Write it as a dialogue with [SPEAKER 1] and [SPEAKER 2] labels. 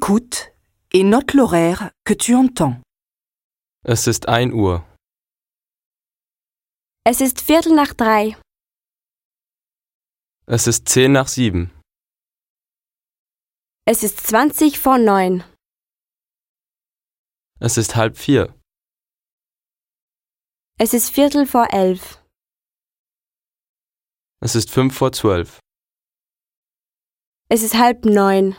[SPEAKER 1] Écoute et note l'horaire que tu entends.
[SPEAKER 2] Es ist 1 Uhr.
[SPEAKER 3] Es ist Viertel nach drei.
[SPEAKER 2] Es ist 10 nach 7.
[SPEAKER 3] Es ist 20 vor neun.
[SPEAKER 2] Es ist halb vier.
[SPEAKER 3] Es ist Viertel vor elf.
[SPEAKER 2] Es ist 5 vor 12.
[SPEAKER 3] Es ist halb neun.